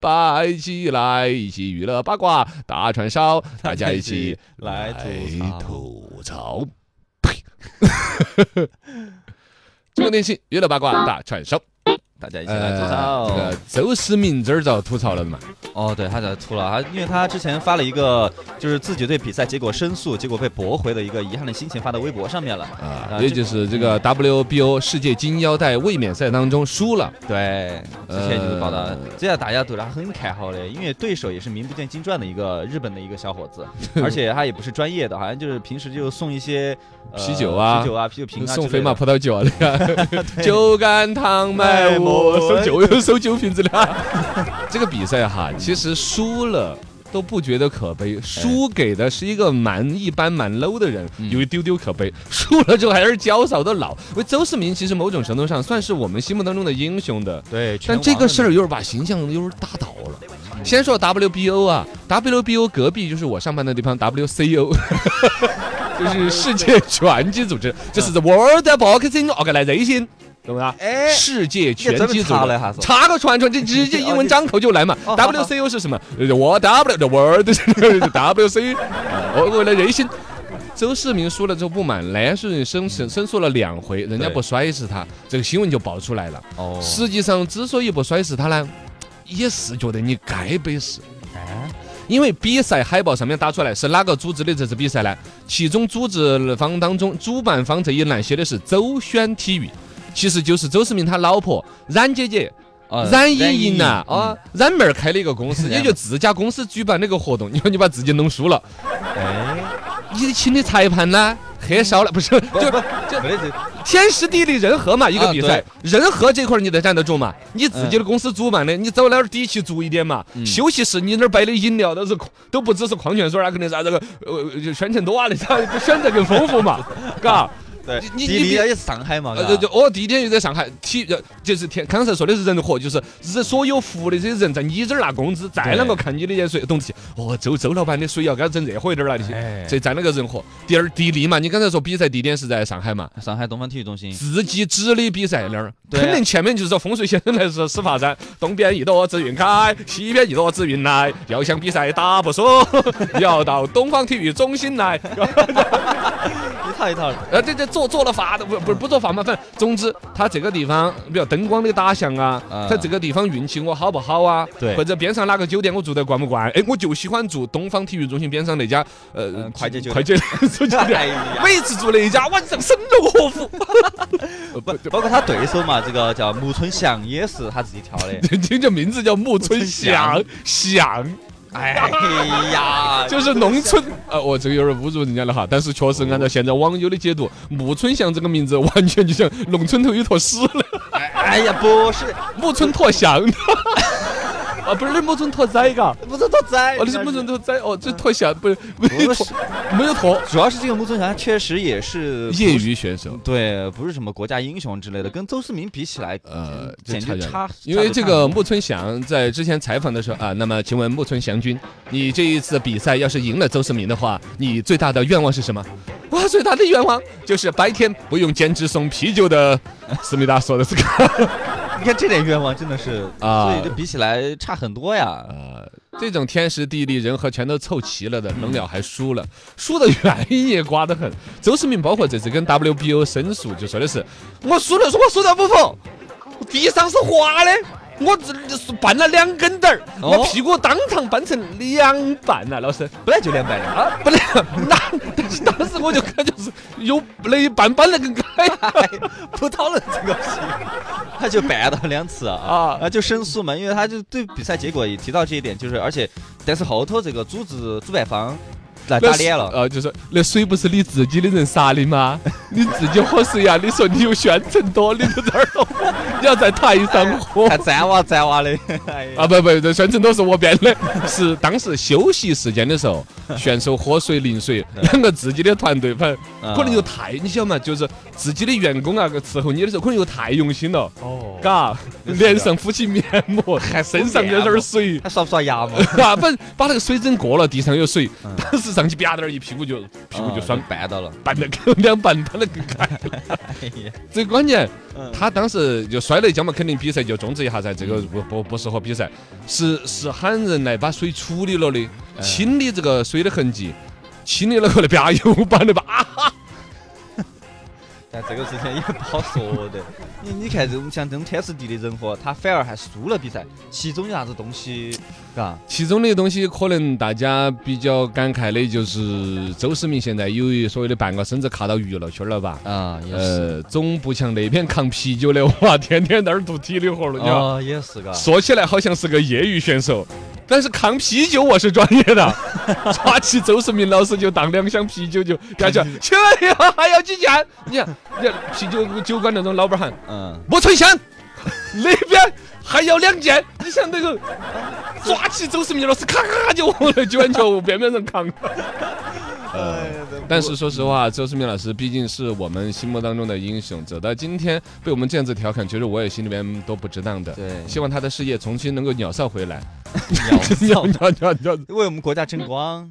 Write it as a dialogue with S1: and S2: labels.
S1: 吧，一起来，一起娱乐八卦，大串烧，大家一起
S2: 来吐槽
S1: 吐槽。呸！中国电信娱乐八卦大串烧，
S2: 大家一起来
S1: 呃，
S2: 吐
S1: 这
S2: 槽
S1: 个。周思明今儿遭吐槽了嘛？
S2: 哦，对，他咋吐了？他因为他之前发了一个就是自己对比赛结果申诉，结果被驳回的一个遗憾的心情发到微博上面了。
S1: 啊，
S2: 啊
S1: 也
S2: 这
S1: 就是这个 WBO 世界金腰带卫冕赛当中输了，
S2: 对，之前就是报道
S1: 呃，
S2: 这样大家对他很看好的，因为对手也是名不见经传的一个日本的一个小伙子，而且他也不是专业的，好像就是平时就送一些、呃
S1: 啤酒啊
S2: 啤酒啊、啤酒瓶啊之类的，
S1: 送飞马葡萄酒啊，那 个酒干倘卖无，收酒又收酒瓶子了。 嗯这个比赛哈，其实输了。都不觉得可悲，输给的是一个蛮一般、蛮 low 的人，有一丢丢可悲。 输了之后还是焦躁的老。因为周世明其实某种程度上算是我们心目当中的英雄的，
S2: 对，
S1: 但这个事儿又是把形象又是打倒了。先说 WBO 啊，WBO 隔壁就是我上班的地方，WCO，就是世界拳击组织，这是 World Boxing Organization，懂吗？
S2: 哎
S1: 世界拳击组
S2: 你也专门查了一下
S1: 织
S2: 是吧，
S1: 查个串串，这直 接英文张口就来嘛。
S2: 哦好好
S1: WCO 是什么？呃我 W 的 World WC，我为了人心。周世明输了之后不满，来是申申申诉了两回，人家
S2: 对
S1: 不摔死他，这个新闻就爆出来了。
S2: 哦，
S1: 实际上，之所以不摔死他呢，也是觉得你该被死。啊
S2: 哎
S1: 因为比赛海报上面打出来是哪个组织的这次比赛呢？其中组织方当中，主办方这一栏写的是周轩体育，其实就是周世明他老婆冉姐姐
S2: 呃
S1: 啊冉莹莹呐
S2: 冉莹
S1: 啊，冉妹儿开了一个公司，
S2: 是这样
S1: 也就自家公司举办那个活动，你 说你把自己弄输了，
S2: 哎，
S1: 你请的裁判呢？黑烧了不是？
S2: 不
S1: 就
S2: 不这没这
S1: 天时地利人和嘛，一个
S2: 啊
S1: 比赛，
S2: 对嗯
S1: 人和这块儿你得站得住嘛。你自己的公司主办的，你走哪儿底气足一点嘛。休息室你那儿摆的饮料都是矿都不只是矿泉水儿啊，肯定啥这个呃就选钱多啊的，啥选择更丰富 嘛，嘎。
S2: 对，
S1: 你你
S2: 地理
S1: 你
S2: 也是上海嘛，
S1: 呃，
S2: 嘎
S1: 就就哦，地点又在上海，体呃就是天，刚才说的是人和，就是日所有服务的这些人在你这儿拿工资，再啷个看你的眼水懂气。哦，周周老板的水要给他整热和一点儿了，
S2: 哎
S1: 这占了个人和。第二地利嘛，你刚才说比赛地点是在上海嘛，
S2: 上海东方体育中心，
S1: 自己指的比赛那儿，
S2: 对啊
S1: 肯定前面就是风水先生来说始发展，东边一朵紫云开，西边一朵紫云来，要想比赛打不输， 要到东方体育中心来。
S2: 一套一套的，
S1: 呃，这这做做了法的，不不不做法嘛，反正总之，它这个地方，比如灯光的打响啊
S2: 啊，
S1: 它这个地方运气我好不好啊？
S2: 对
S1: 或者边上哪个酒店我住得惯不惯？哎，我就喜欢住东方体育中心边上那家，呃
S2: 嗯，快捷酒店
S1: 快捷 酒
S2: 哎
S1: 店。
S2: 呀。
S1: 每次住那一家，晚上生龙活虎。呃不
S2: 包括他对手嘛，这个叫木村翔也是他自己挑 的。
S1: 听这名字叫木村
S2: 木
S1: 响响，
S2: 哎呀，
S1: 就是农村。呃，我这个有点侮辱人家了哈，但是确实按照现在网友的解读，木村响这个名字完全就像农村头有一坨屎了，
S2: 哎哎呀，不是，
S1: 木村拓 响。啊，不是那木村拓哉嘎，
S2: 不是他在，
S1: 哦，那是木村拓哉，哦，这拓响不是没有
S2: 不是
S1: 拓，没有拓，
S2: 主要是这个木村翔确实也是
S1: 业，余选手
S2: 不。对，不是什么国家英雄之类的，跟周世明比起来，
S1: 呃，
S2: 简
S1: 差
S2: 直
S1: 远了
S2: 差。
S1: 因为这个木村翔在之前采访的时候啊，那么请问木村翔君，你这一次比赛要是赢了邹市明的话，你最大的愿望是什么？我最大的愿望就是白天不用兼职送啤酒的。思密达说的这个，
S2: 你看这点愿望真的是
S1: 啊
S2: 所以就比起来差很多呀。
S1: 呃，这种天时地利人和全都凑齐了的，能了还输了，输的远也瓜得很。邹市明包括这次跟 WBO 申诉，就说的是我输了，是我输得不服，地上是滑的。我这是绊了两根点儿，
S2: 哦
S1: 我屁股当场绊成两半啊了，老师。
S2: 本来就两百的，
S1: 啊，不对， 那但是当时我就感觉是有那一半半那个开
S2: 哎不讨论这个屁，他就摆了两次啊。
S1: 啊，
S2: 啊，就申诉嘛，因为他就对比赛结果也提到这一点，就是而且但是后头这个组织主办方来打脸了，
S1: 呃，就是那水不是你自己的人洒的吗？ 你自己喝水呀、你说你有宣城多，你在这儿喝，你要在台上喝
S2: 还粘哎哇粘哇的， 哎呀，
S1: 啊？不不，这宣城多是我编的，是当时休息时间的时候，选手喝水淋 水，两个自己的团队，反正可能就太，你晓得嘛，就是自己的员工啊，伺候你的时候可能又太用心了。
S2: 哦
S1: 嘎，脸上敷起面膜，还身上有点儿水，
S2: 还刷不刷牙嘛？
S1: 啊，反正把那个水整过了，地上有水，当时上去啪点儿一屁股就屁股就酸
S2: 嗯绊到了。
S1: 绊得更两绊绊得更开。
S2: 哎呀，
S1: 最关键
S2: 嗯，
S1: 他当时就摔了一跤嘛，肯定比赛就终止一下噻，这个不不不适合比赛，是是喊人来把水处理了的，
S2: 嗯
S1: 清理这个水的痕迹，清理了后来啪又绊了吧， 啊
S2: 但这个事情也不好说的。你你看这种像这种天时地利人和，他反而还输了比赛，其中有啥子东西？嘎，
S1: 其中的东西可能大家比较感慨的就是周世明现在有一所谓的半个身子卡到娱乐圈了吧。
S2: 啊，也是，
S1: 呃，总不像那边扛啤酒的哇，天天在那儿做体力活了，你知道吗
S2: 哦，也是嘎。
S1: 说起来好像是个业余选手，但是扛啤酒我是专业的，抓起周世明老师就当两箱啤酒就下去，去以后还要几件？你看，你看啤酒酒馆那种老板喊
S2: 嗯，
S1: 莫存香，那边还要两件。你想那个抓起周世明老师，咔咔咔就往那酒碗球边边上扛。哎但是说实话，周世明老师毕竟是我们心目当中的英雄，走到今天被我们这样子调侃，其实我也心里面都不值当的。
S2: 对
S1: 希望他 的事业重新能够鸟哨回来。
S2: 鸟
S1: 鸟鸟鸟鸟。
S2: 为我们国家争光。